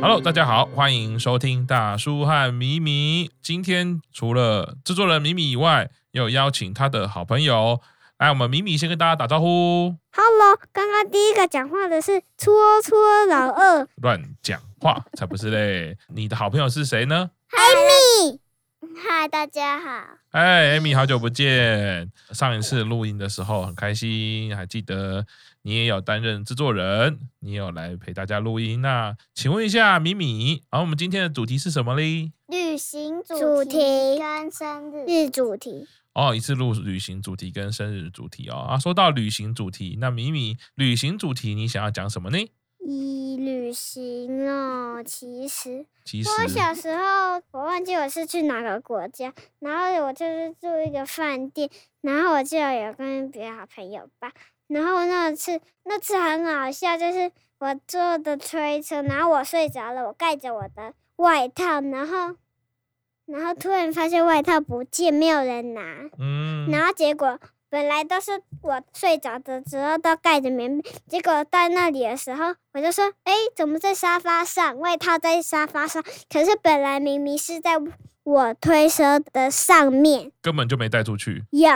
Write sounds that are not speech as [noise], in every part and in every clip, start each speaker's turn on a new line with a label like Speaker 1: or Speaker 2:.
Speaker 1: Hello，大家好，欢迎收听大叔和米米。今天除了制作人米米以外，也有邀请他的好朋友。来，我们米米先跟大家打招呼。
Speaker 2: Hello，刚刚第一个讲话的是搓搓老二，
Speaker 1: 乱讲话才不是嘞！你的好朋友是谁呢？
Speaker 2: 嗨，大家好。
Speaker 1: 哎，Amy，好久不见！上一次录音的时候很开心，还记得你也有担任制作人，你也有来陪大家录音。那请问一下，米米，然后我们今天的主题是什么嘞？
Speaker 3: 旅行
Speaker 2: 主
Speaker 3: 主
Speaker 2: 题
Speaker 3: 题跟生日，
Speaker 2: 日主题，
Speaker 1: 哦，一次录旅行主题跟生日主题哦。啊，说到旅行主题，那米米旅行主题你想要讲什么呢？
Speaker 2: 一旅行哦。其实
Speaker 1: 其实
Speaker 2: 我小时候我忘记我是去哪个国家，然后我就是住一个饭店，然后我就有跟别的好朋友吧，然后那次那次很好笑，就是我坐的推车，然后我睡着了，我盖着我的外套，然后然后突然发现外套不见，没有人拿。
Speaker 1: 嗯，
Speaker 2: 然后结果本来都是我睡着的时候都盖着棉被，结果到那里的时候，我就说：“哎，怎么在沙发上？外套在沙发上，可是本来明明是在我推车的上面。
Speaker 1: 根本就没带出去，
Speaker 2: 有”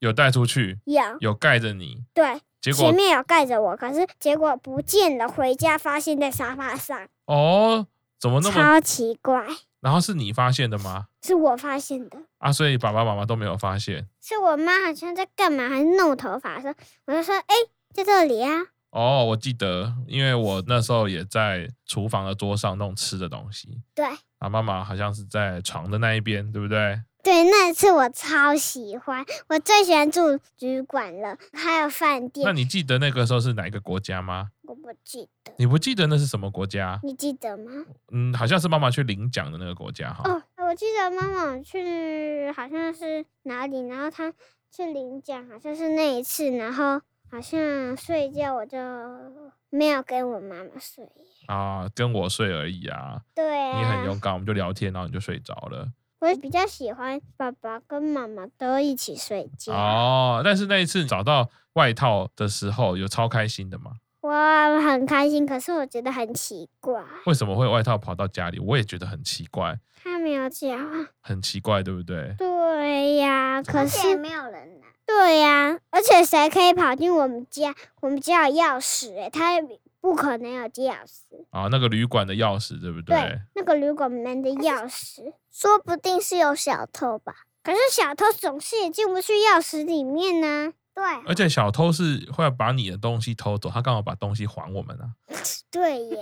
Speaker 1: 有带出去，
Speaker 2: 有
Speaker 1: 有盖着你，
Speaker 2: 对，
Speaker 1: 结果
Speaker 2: 前面有盖着我，可是结果不见了。回家发现在沙发上，
Speaker 1: 哦，怎么那么？
Speaker 2: 超奇怪，
Speaker 1: 然后是你发现的吗？
Speaker 2: 是我发现的。
Speaker 1: 啊，所以爸爸妈妈都没有发现。
Speaker 2: 是我妈好像在干嘛，还是弄头发的时候，我就说：“哎，在这里啊。”
Speaker 1: 哦，我记得，因为我那时候也在厨房的桌上弄吃的东西，
Speaker 2: 对，
Speaker 1: 啊，妈妈好像是在床的那一边，对不对？
Speaker 2: 对，那一次我超喜欢，我最喜欢住旅馆了，还有饭
Speaker 1: 那
Speaker 2: 店。
Speaker 1: 你记得那个时候是哪一个国家吗？
Speaker 2: 我不记得，
Speaker 1: 你不记得那是什么国家？
Speaker 2: 你记得吗？
Speaker 1: 嗯，好像是妈妈去领奖的那个国家哈。
Speaker 2: 哦，我记得妈妈去好像是哪里，然后她去领奖，好像是那一次，然后好像睡觉我就没有跟我妈妈睡。
Speaker 1: 啊，跟我睡而已啊。
Speaker 2: 对
Speaker 1: 你很
Speaker 2: 啊，
Speaker 1: 勇敢，我们就聊天，然后你就睡着了。
Speaker 2: 我比较喜欢爸爸跟妈妈都一起睡觉。
Speaker 1: 哦，但是那一次找到外套的时候，有超开心的嘛？
Speaker 2: 我很开心，可是我觉得很奇怪，
Speaker 1: 为什么会有外套跑到家里？我也觉得很奇怪，
Speaker 2: 他没有讲话。
Speaker 1: 很奇怪，对不对？
Speaker 2: 对呀、可
Speaker 3: 而
Speaker 2: 是
Speaker 3: 且没有人拿，
Speaker 2: 对呀、而且谁可以跑进我们家？我们家有钥匙、欸，他不可能有钥匙。
Speaker 1: 啊，那个旅馆的钥匙，对不对？
Speaker 2: 对，那个旅馆门的钥匙，
Speaker 3: 说不定是有小偷吧？
Speaker 2: 可是小偷总是也进不去钥匙里面呢、
Speaker 3: 对啊，
Speaker 1: 而且小偷是会把你的东西偷走，他刚好把东西还我们啊。
Speaker 2: 对耶，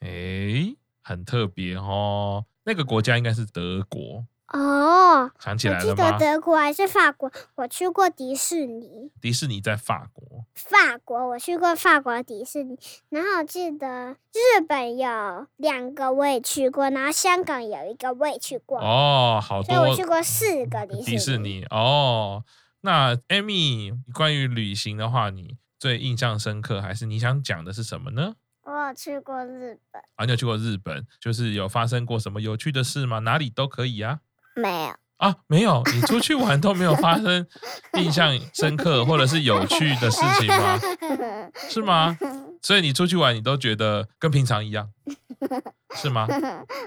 Speaker 1: 诶，很特别哦。那个国家应该是德国，
Speaker 2: 哦，
Speaker 1: 想起
Speaker 2: 我
Speaker 1: 来
Speaker 2: 记
Speaker 1: 了
Speaker 2: 得
Speaker 1: 吗？
Speaker 2: 德国还是法国，我去过迪士尼。
Speaker 1: 迪士尼在法国，
Speaker 2: 法国，我去过法国迪士尼，然后我记得日本有两个我也去过，然后香港有一个我也去过，
Speaker 1: 哦，好
Speaker 2: 所
Speaker 1: 多
Speaker 2: 以我去过四个迪士尼。
Speaker 1: 迪士尼哦。那 Amy，关于旅行的话，你最印象深刻还是你想讲的是什么呢？
Speaker 3: 我有去过日本，
Speaker 1: 啊，你有去过日本，就是有发生过什么有趣的事吗？哪里都可以啊。
Speaker 3: 没有，
Speaker 1: 啊，没有，你出去玩都没有发生印象深刻或者是有趣的事情
Speaker 2: [laughs]
Speaker 1: 吗？是吗？所以你出去玩，你都觉得跟平常一样，是吗？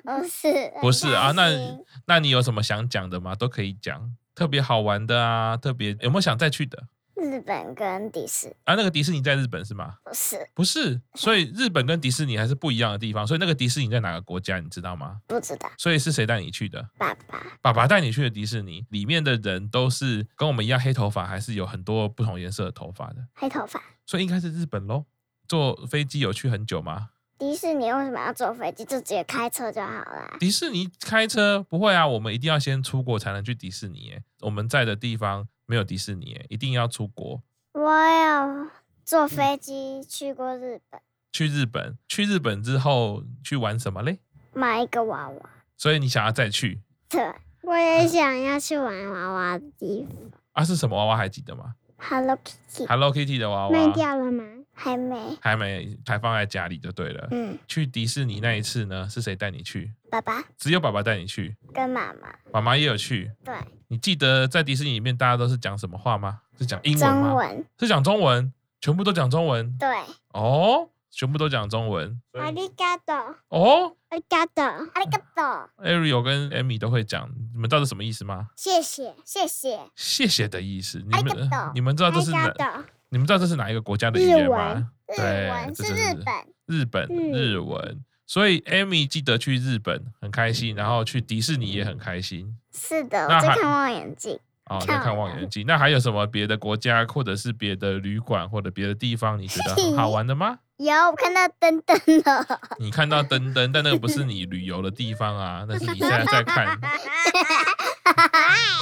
Speaker 2: 哦
Speaker 3: 不是，
Speaker 1: 不是啊，
Speaker 3: 很
Speaker 1: 那
Speaker 3: 开
Speaker 1: 你
Speaker 3: 心
Speaker 1: 那你有什么想讲的吗？都可以讲，特别好玩的啊，特别有没有想再去的？
Speaker 3: 日本跟迪士尼
Speaker 1: 啊，那个迪士尼在日本是吗？
Speaker 3: 不是
Speaker 1: 不是，所以日本跟迪士尼还是不一样的地方。所以那个迪士尼在哪个国家，你知道吗？
Speaker 3: 不知道，
Speaker 1: 所以是谁带你去的？
Speaker 3: 爸爸
Speaker 1: 爸爸带你去的迪士尼，里面的人都是跟我们一样黑头发，还是有很多不同颜色的头发的，
Speaker 3: 黑头发，
Speaker 1: 所以应该是日本喽。坐飞机有去很久吗？
Speaker 3: 迪士尼为什么要坐飞机？就直接开车就好啦。
Speaker 1: 迪士尼开车不会啊，我们一定要先出国才能去迪士尼耶。我们在的地方没有迪士尼耶，一定要出国。
Speaker 3: 我有坐飞机去过日本，
Speaker 1: 去日本，去日本之后去玩什么嘞？
Speaker 3: 买一个娃娃，
Speaker 1: 所以你想要再去
Speaker 3: 对，
Speaker 2: 我也想要去玩娃娃的地方。
Speaker 1: 啊？是什么娃娃还记得吗？
Speaker 3: Hello Kitty
Speaker 1: Hello Kitty 的娃
Speaker 2: 卖
Speaker 1: 娃
Speaker 2: 掉了吗？
Speaker 3: 还没，
Speaker 1: 还没还放在家里就对了。
Speaker 3: 嗯，
Speaker 1: 去迪士尼那一次呢，是谁带你去？
Speaker 3: 爸爸
Speaker 1: 只有爸爸带你去，
Speaker 3: 跟妈妈，
Speaker 1: 妈妈也有去。
Speaker 3: 对，
Speaker 1: 你记得在迪士尼里面大家都是讲什么话吗？是讲英文
Speaker 3: 中
Speaker 1: 吗？
Speaker 3: 文，
Speaker 1: 是讲中文，全部都讲中文
Speaker 3: 对，
Speaker 1: 哦。全部都讲中文。所
Speaker 2: 阿
Speaker 1: 以
Speaker 2: 里嘎多，
Speaker 1: 哦
Speaker 2: 阿里嘎多，
Speaker 3: 阿里嘎多，
Speaker 1: ，Ariel 跟 Amy 都会讲，你们知道这什么意思吗？
Speaker 2: 谢谢，
Speaker 3: 谢谢。
Speaker 1: 谢谢的意思。你
Speaker 3: 阿里
Speaker 1: 们呃
Speaker 3: 嘎多
Speaker 1: 你们知道
Speaker 2: 阿
Speaker 1: 这
Speaker 2: 里
Speaker 1: 是
Speaker 2: 嘎
Speaker 1: 哪？
Speaker 2: 多，
Speaker 1: 你们知道这是哪一个国家的语
Speaker 2: 日
Speaker 1: 言
Speaker 2: 文
Speaker 1: 吗？
Speaker 3: 日
Speaker 1: 对
Speaker 3: 文
Speaker 1: 这
Speaker 3: 是日本，
Speaker 1: 日本
Speaker 2: 嗯
Speaker 1: 日文。所以 Amy 记得去日本很开心，然后去迪士尼也很开心。
Speaker 3: 是的，
Speaker 1: 那
Speaker 3: 我在
Speaker 1: 还
Speaker 3: 看望远镜。
Speaker 1: 哦，在
Speaker 3: 看
Speaker 1: 看
Speaker 3: 完
Speaker 1: 望
Speaker 3: 了
Speaker 1: 远镜。那还有什么别的国家，或者是别的旅馆，或者别的地方，你觉得很好玩的吗？
Speaker 3: 有，我看到灯灯了。
Speaker 1: 你看到登登，但那个不是你旅游的地方
Speaker 3: [laughs]
Speaker 1: 啊，那是你现在在看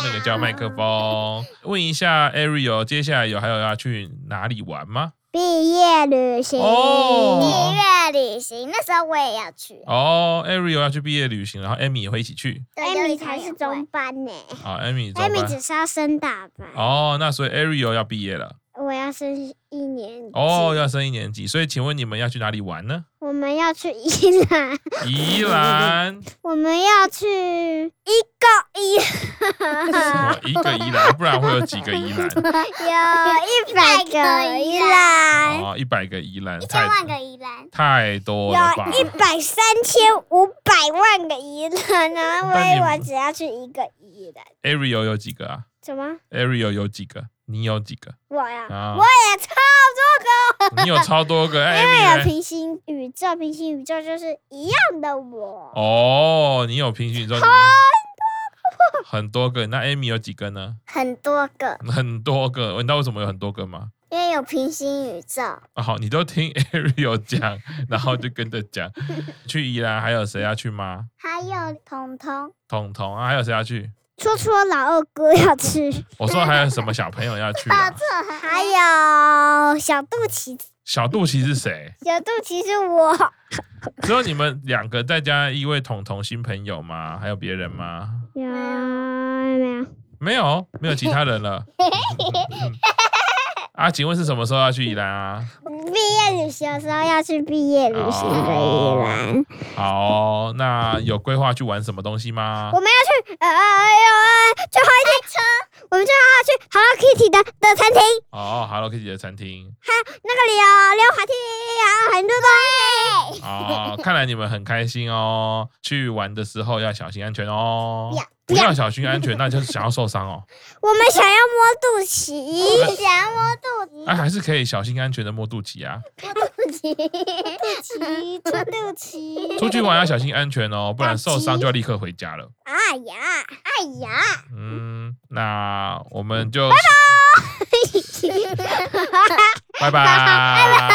Speaker 1: 那个叫麦克风。问一下 Ariel，接下来有还有要去哪里玩吗？
Speaker 2: 毕业旅行，
Speaker 1: 哦
Speaker 2: 嗯
Speaker 3: 蜜月旅行那时候我也要去，
Speaker 1: 哦，Ariel 要去毕业旅行，然后 Amy 也会一起去
Speaker 3: 对
Speaker 2: 艾
Speaker 3: 有
Speaker 2: 米
Speaker 3: 一场
Speaker 2: 才
Speaker 3: 也
Speaker 2: 是
Speaker 3: 会
Speaker 2: 中班呢，
Speaker 1: 啊。Amy 怎
Speaker 2: 艾
Speaker 1: 么
Speaker 2: 米
Speaker 1: 办？
Speaker 2: 只是要升大班，
Speaker 1: 哦，那所以 Ariel 要毕业了，
Speaker 2: 我要升一年级，
Speaker 1: 哦，要升一年级，所以请问你们要去哪里玩呢？
Speaker 2: 我们要去宜
Speaker 1: [laughs]
Speaker 2: 兰，
Speaker 1: 宜
Speaker 3: [laughs]
Speaker 1: 兰，
Speaker 2: 我们要去
Speaker 1: [laughs]
Speaker 3: 一
Speaker 1: 什么哦一个宜兰，不然会有几个宜
Speaker 3: [laughs]
Speaker 1: 兰？
Speaker 3: 有一
Speaker 2: 百
Speaker 3: 百个
Speaker 2: 个
Speaker 3: 宜
Speaker 2: 宜
Speaker 3: 兰，
Speaker 1: 哦，一百个宜兰，
Speaker 3: 一
Speaker 1: 太
Speaker 3: 千万个宜兰，
Speaker 1: 太多了吧
Speaker 2: 有？一百三千五百万个宜兰啊，所
Speaker 1: 但你
Speaker 2: 以
Speaker 1: 们
Speaker 2: 我只要去一个宜兰。
Speaker 1: Ariel 有几个啊
Speaker 2: 怎么？
Speaker 1: ？Ariel 有几个？你有几个
Speaker 2: 我呀、
Speaker 1: 啊
Speaker 2: 我？也超
Speaker 1: 你有超多 [laughs] 个哎
Speaker 2: 爱有
Speaker 1: ，Amy 呢？
Speaker 2: 平行宇宙，平行宇宙就是一样的我，
Speaker 1: 哦，你有平行宇宙，你很多个。那 Amy 有几个呢？
Speaker 3: 很多个，
Speaker 1: 很多个。你知道为什么有很多个吗？
Speaker 3: 因为有平行宇宙，
Speaker 1: 哦，好你都听 [laughs] Ariel 讲，然后就跟着 [laughs] 讲。去宜兰还有谁要去吗？
Speaker 3: 还有彤彤， [laughs]
Speaker 1: 彤彤啊，还有谁要去？
Speaker 2: 戳戳老二哥要 [laughs] 吃，
Speaker 1: 我说还有什么小朋友要去
Speaker 3: 报
Speaker 1: 啊？
Speaker 3: 错
Speaker 2: 还
Speaker 3: 还有
Speaker 2: 有哎小肚脐，
Speaker 1: 小肚脐是谁？
Speaker 2: 小肚脐是我，
Speaker 1: 只有你们两个，再加一位彤彤新朋友吗？还有别人吗？
Speaker 2: 有没有？
Speaker 1: 没有，没有其他人了。嗯啊，请问是什么时候要去宜兰啊？
Speaker 2: 毕业旅行的时候要去毕业旅行的宜兰，
Speaker 1: 好哦、那有规划去玩什么东西吗
Speaker 2: 我？们要去，呃， [laughs] 哎呦，哎最后一天车，我们最后要去 Hello Kitty 的的餐厅，
Speaker 1: 哦，Hello Kitty 的餐厅。
Speaker 2: 那个里有溜滑梯，还有很多东西。
Speaker 1: 哦，看来你们很开心哦。去玩的时候要小心安全哦
Speaker 3: 不要。
Speaker 1: 不要小心安全，那就是想要受伤哦。
Speaker 2: 我们想要摸肚脐，
Speaker 3: 想摸
Speaker 2: [laughs]
Speaker 3: 肚
Speaker 1: 哎、还是可以小心安全的摸肚脐啊。
Speaker 3: 脐，肚
Speaker 2: 脐
Speaker 3: 戳肚
Speaker 1: [laughs]
Speaker 3: 脐，
Speaker 1: 出去玩要小心安全哦，不然受伤就要立刻回家了。
Speaker 2: 哎呀，
Speaker 3: 哎呀，
Speaker 1: 嗯，
Speaker 3: [laughs]
Speaker 2: [laughs]
Speaker 1: 那我们就拜拜，拜拜。